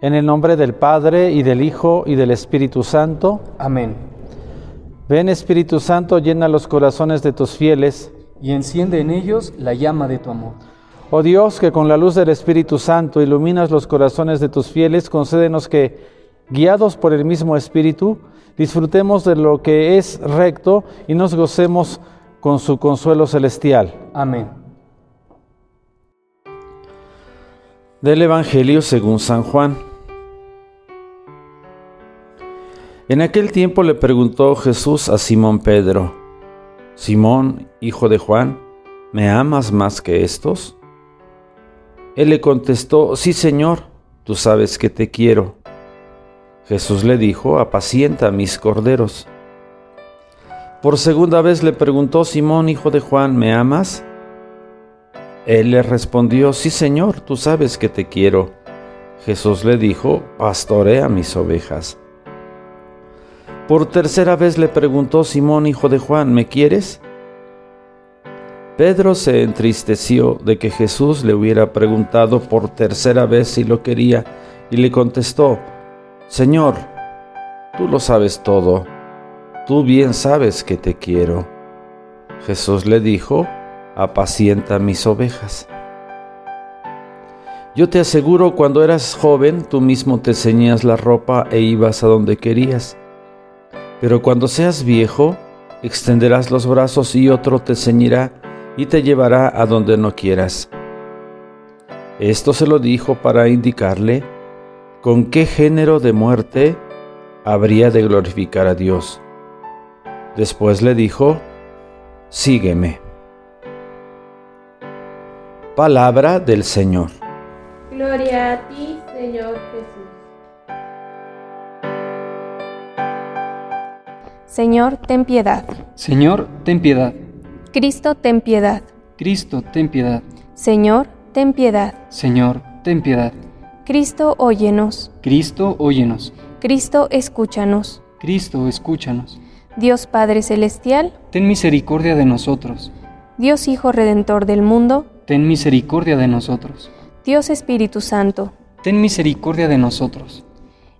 En el nombre del Padre y del Hijo y del Espíritu Santo. Amén. Ven Espíritu Santo, llena los corazones de tus fieles. Y enciende en ellos la llama de tu amor. Oh Dios, que con la luz del Espíritu Santo iluminas los corazones de tus fieles, concédenos que, guiados por el mismo Espíritu, disfrutemos de lo que es recto y nos gocemos con su consuelo celestial. Amén. Del Evangelio según San Juan. En aquel tiempo le preguntó Jesús a Simón Pedro, Simón, hijo de Juan, ¿me amas más que estos? Él le contestó, sí Señor, tú sabes que te quiero. Jesús le dijo, apacienta mis corderos. Por segunda vez le preguntó Simón, hijo de Juan, ¿me amas? Él le respondió, sí Señor, tú sabes que te quiero. Jesús le dijo, pastorea mis ovejas. Por tercera vez le preguntó Simón, hijo de Juan, ¿me quieres? Pedro se entristeció de que Jesús le hubiera preguntado por tercera vez si lo quería y le contestó, Señor, tú lo sabes todo, tú bien sabes que te quiero. Jesús le dijo, apacienta mis ovejas. Yo te aseguro, cuando eras joven, tú mismo te ceñías la ropa e ibas a donde querías. Pero cuando seas viejo, extenderás los brazos y otro te ceñirá y te llevará a donde no quieras. Esto se lo dijo para indicarle con qué género de muerte habría de glorificar a Dios. Después le dijo, sígueme. Palabra del Señor. Gloria a ti, Señor Jesús. Señor, ten piedad. Señor, ten piedad. Cristo, ten piedad. Cristo, ten piedad. Señor, ten piedad. Señor, ten piedad. Cristo, óyenos. Cristo, óyenos. Cristo, escúchanos. Cristo, escúchanos. Dios Padre Celestial, Ten misericordia de nosotros. Dios Hijo Redentor del mundo, Ten misericordia de nosotros. Dios Espíritu Santo, Ten misericordia de nosotros.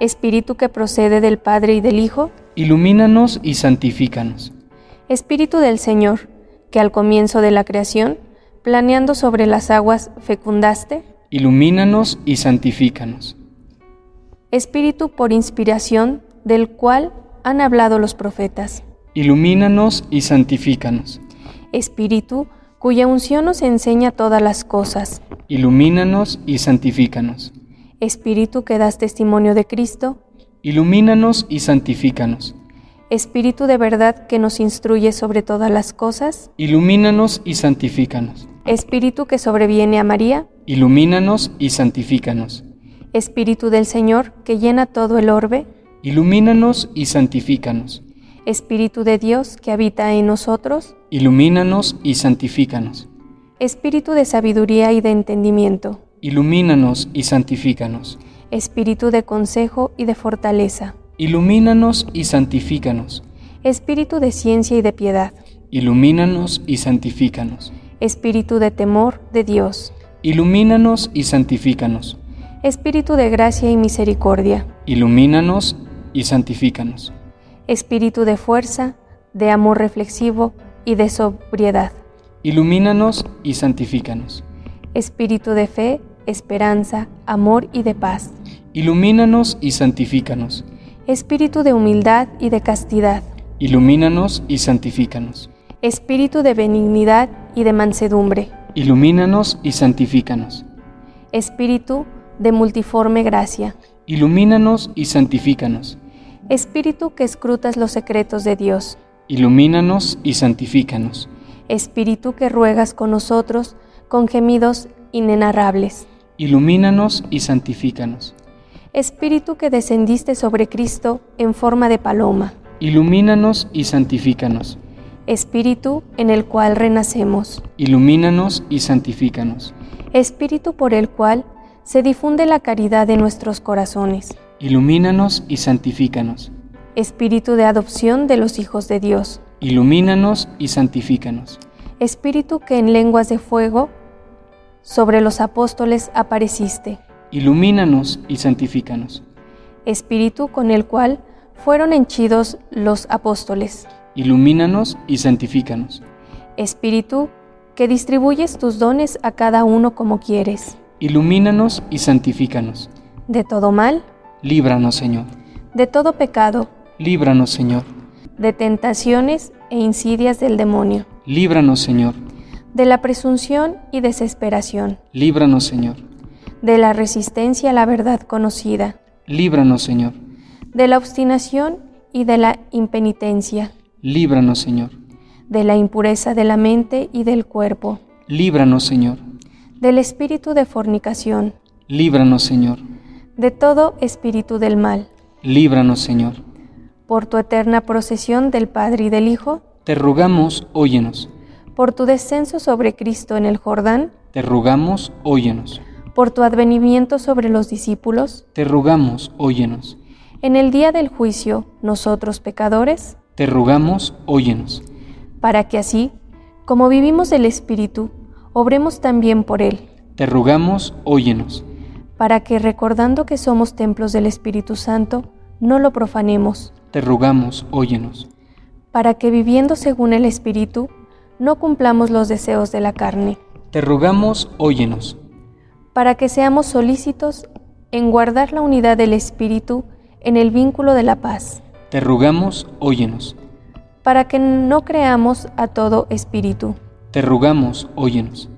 Espíritu que procede del Padre y del Hijo, Ilumínanos y santifícanos. Espíritu del Señor, que al comienzo de la creación, planeando sobre las aguas, fecundaste, Ilumínanos y santifícanos. Espíritu por inspiración del cual han hablado los profetas. Ilumínanos y santifícanos. Espíritu cuya unción nos enseña todas las cosas. Ilumínanos y santifícanos. Espíritu que das testimonio de Cristo. Ilumínanos y santifícanos. Espíritu de verdad que nos instruye sobre todas las cosas. Ilumínanos y santifícanos. Espíritu que sobreviene a María. Ilumínanos y santifícanos. Espíritu del Señor que llena todo el orbe. Ilumínanos y santifícanos. Espíritu de Dios que habita en nosotros. Ilumínanos y santifícanos. Espíritu de sabiduría y de entendimiento. Ilumínanos y santifícanos. Espíritu de consejo y de fortaleza. Ilumínanos y santifícanos. Espíritu de ciencia y de piedad. Ilumínanos y santifícanos. Espíritu de temor de Dios. Ilumínanos y santifícanos. Espíritu de gracia y misericordia. Ilumínanos y santifícanos. Espíritu de fuerza, de amor reflexivo y de sobriedad. Ilumínanos y santifícanos. Espíritu de fe, esperanza, amor y de paz. Ilumínanos y santifícanos. Espíritu de humildad y de castidad. Ilumínanos y santifícanos. Espíritu de benignidad y de mansedumbre. Ilumínanos y santifícanos. Espíritu de multiforme gracia. Ilumínanos y santifícanos. Espíritu que escrutas los secretos de Dios. Ilumínanos y santifícanos. Espíritu que ruegas con nosotros con gemidos inenarrables. Ilumínanos y santifícanos. Espíritu que descendiste sobre Cristo en forma de paloma. Ilumínanos y santifícanos. Espíritu en el cual renacemos. Ilumínanos y santifícanos. Espíritu por el cual se difunde la caridad de nuestros corazones. Ilumínanos y santifícanos. Espíritu de adopción de los hijos de Dios. Ilumínanos y santifícanos. Espíritu que en lenguas de fuego sobre los apóstoles apareciste. ilumínanos y santifícanos. Espíritu con el cual fueron henchidos los apóstoles. Ilumínanos y santifícanos. Espíritu que distribuyes tus dones a cada uno como quieres. Ilumínanos y santifícanos. De todo mal, Líbranos, Señor. de todo pecado, Líbranos, Señor. de tentaciones e insidias del demonio, Líbranos, Señor. de la presunción y desesperación, Líbranos, Señor. de la resistencia a la verdad conocida, Líbranos, Señor. de la obstinación y de la impenitencia, Líbranos, Señor. de la impureza de la mente y del cuerpo, Líbranos, Señor. del espíritu de fornicación, Líbranos, Señor. de todo espíritu del mal, Líbranos, Señor. por tu eterna procesión del Padre y del Hijo, Te rogamos, óyenos. por tu descenso sobre Cristo en el Jordán, Te rogamos, óyenos. por tu advenimiento sobre los discípulos, Te rogamos, óyenos. en el día del juicio, nosotros pecadores, Te rogamos, óyenos. para que así, como vivimos el Espíritu, obremos también por Él, Te rogamos, óyenos. para que recordando que somos templos del Espíritu Santo, no lo profanemos, Te rogamos, óyenos. para que viviendo según el Espíritu, no cumplamos los deseos de la carne, Te rogamos, óyenos. para que seamos solícitos en guardar la unidad del Espíritu en el vínculo de la paz, Te rogamos, óyenos. para que no creamos a todo espíritu, Te rogamos, óyenos.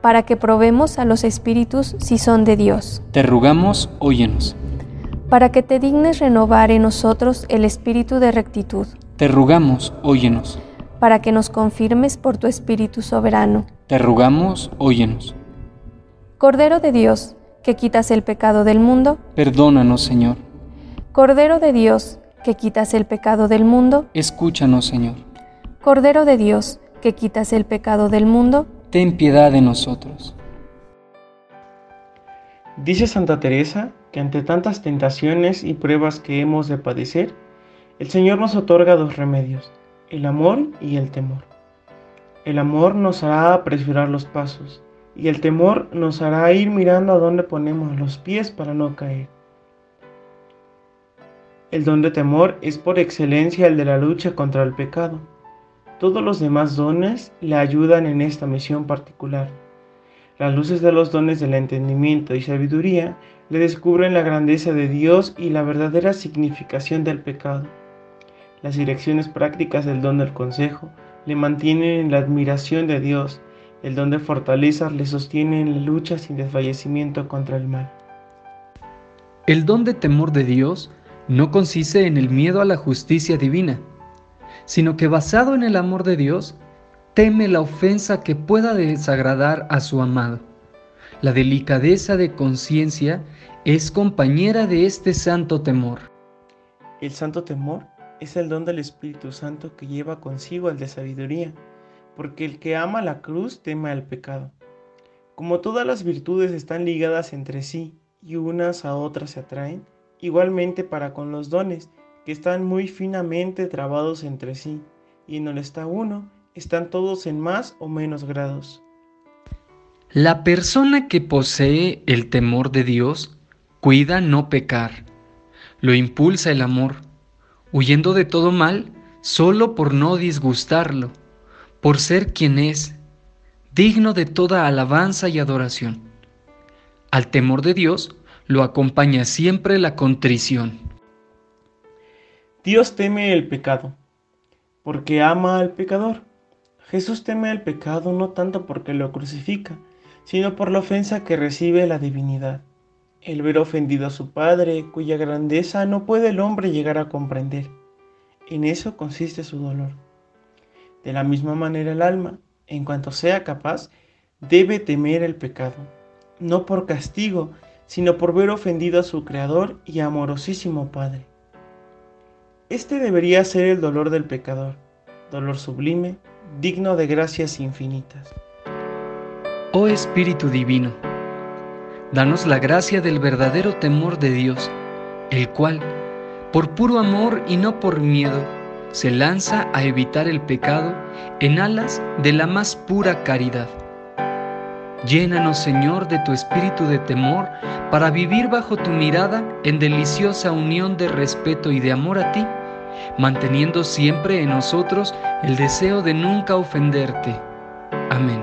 para que probemos a los espíritus si son de Dios. Te rogamos, óyenos. para que te dignes renovar en nosotros el espíritu de rectitud, Te rogamos, óyenos. para que nos confirmes por tu espíritu soberano. Te rogamos, óyenos. Cordero de Dios, que quitas el pecado del mundo, Perdónanos, Señor. Cordero de Dios, que quitas el pecado del mundo, Escúchanos, Señor. Cordero de Dios, que quitas el pecado del mundo, Ten piedad de nosotros. Dice Santa Teresa que ante tantas tentaciones y pruebas que hemos de padecer, el Señor nos otorga dos remedios, el amor y el temor. El amor nos hará apresurar los pasos y el temor nos hará ir mirando a dónde ponemos los pies para no caer. El don de temor es por excelencia el de la lucha contra el pecado. Todos los demás dones le ayudan en esta misión particular. Las luces de los dones del entendimiento y sabiduría le descubren la grandeza de Dios y la verdadera significación del pecado. Las direcciones prácticas del don del consejo le mantienen en la admiración de Dios. El don de fortalezas le sostiene en la lucha sin desfallecimiento contra el mal. El don de temor de Dios no consiste en el miedo a la justicia divina, sino que basado en el amor de Dios, teme la ofensa que pueda desagradar a su amado. La delicadeza de conciencia es compañera de este santo temor. El santo temor es el don del Espíritu Santo que lleva consigo el de sabiduría, porque el que ama la cruz teme al pecado. Como todas las virtudes están ligadas entre sí y unas a otras se atraen, igualmente para con los dones, que están muy finamente trabados entre sí, y en donde está uno, están todos en más o menos grados. La persona que posee el temor de Dios cuida no pecar. Lo impulsa el amor, huyendo de todo mal solo por no disgustarlo, por ser quien es, digno de toda alabanza y adoración. Al temor de Dios lo acompaña siempre la contrición. Dios teme el pecado, porque ama al pecador. Jesús teme el pecado no tanto porque lo crucifica, sino por la ofensa que recibe la divinidad. El ver ofendido a su Padre, cuya grandeza no puede el hombre llegar a comprender. En eso consiste su dolor. De la misma manera el alma, en cuanto sea capaz, debe temer el pecado, no por castigo, sino por ver ofendido a su Creador y amorosísimo Padre. Este debería ser el dolor del pecador, dolor sublime, digno de gracias infinitas. Oh Espíritu Divino, danos la gracia del verdadero temor de Dios, el cual, por puro amor y no por miedo, se lanza a evitar el pecado en alas de la más pura caridad. Llénanos, Señor, de tu espíritu de temor para vivir bajo tu mirada en deliciosa unión de respeto y de amor a ti, manteniendo siempre en nosotros el deseo de nunca ofenderte. Amén.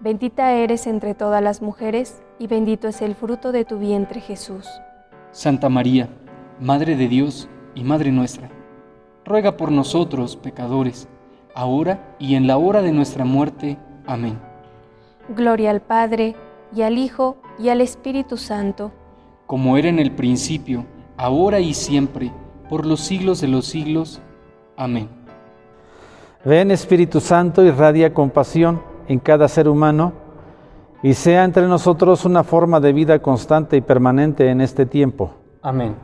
Bendita eres entre todas las mujeres, y bendito es el fruto de tu vientre Jesús. Santa María, Madre de Dios y Madre nuestra, ruega por nosotros pecadores, ahora y en la hora de nuestra muerte. Amén. Gloria al Padre, y al Hijo, y al Espíritu Santo. Como era en el principio, ahora y siempre, por los siglos de los siglos. Amén. Ven Espíritu Santo, irradia compasión en cada ser humano y sea entre nosotros una forma de vida constante y permanente en este tiempo. Amén.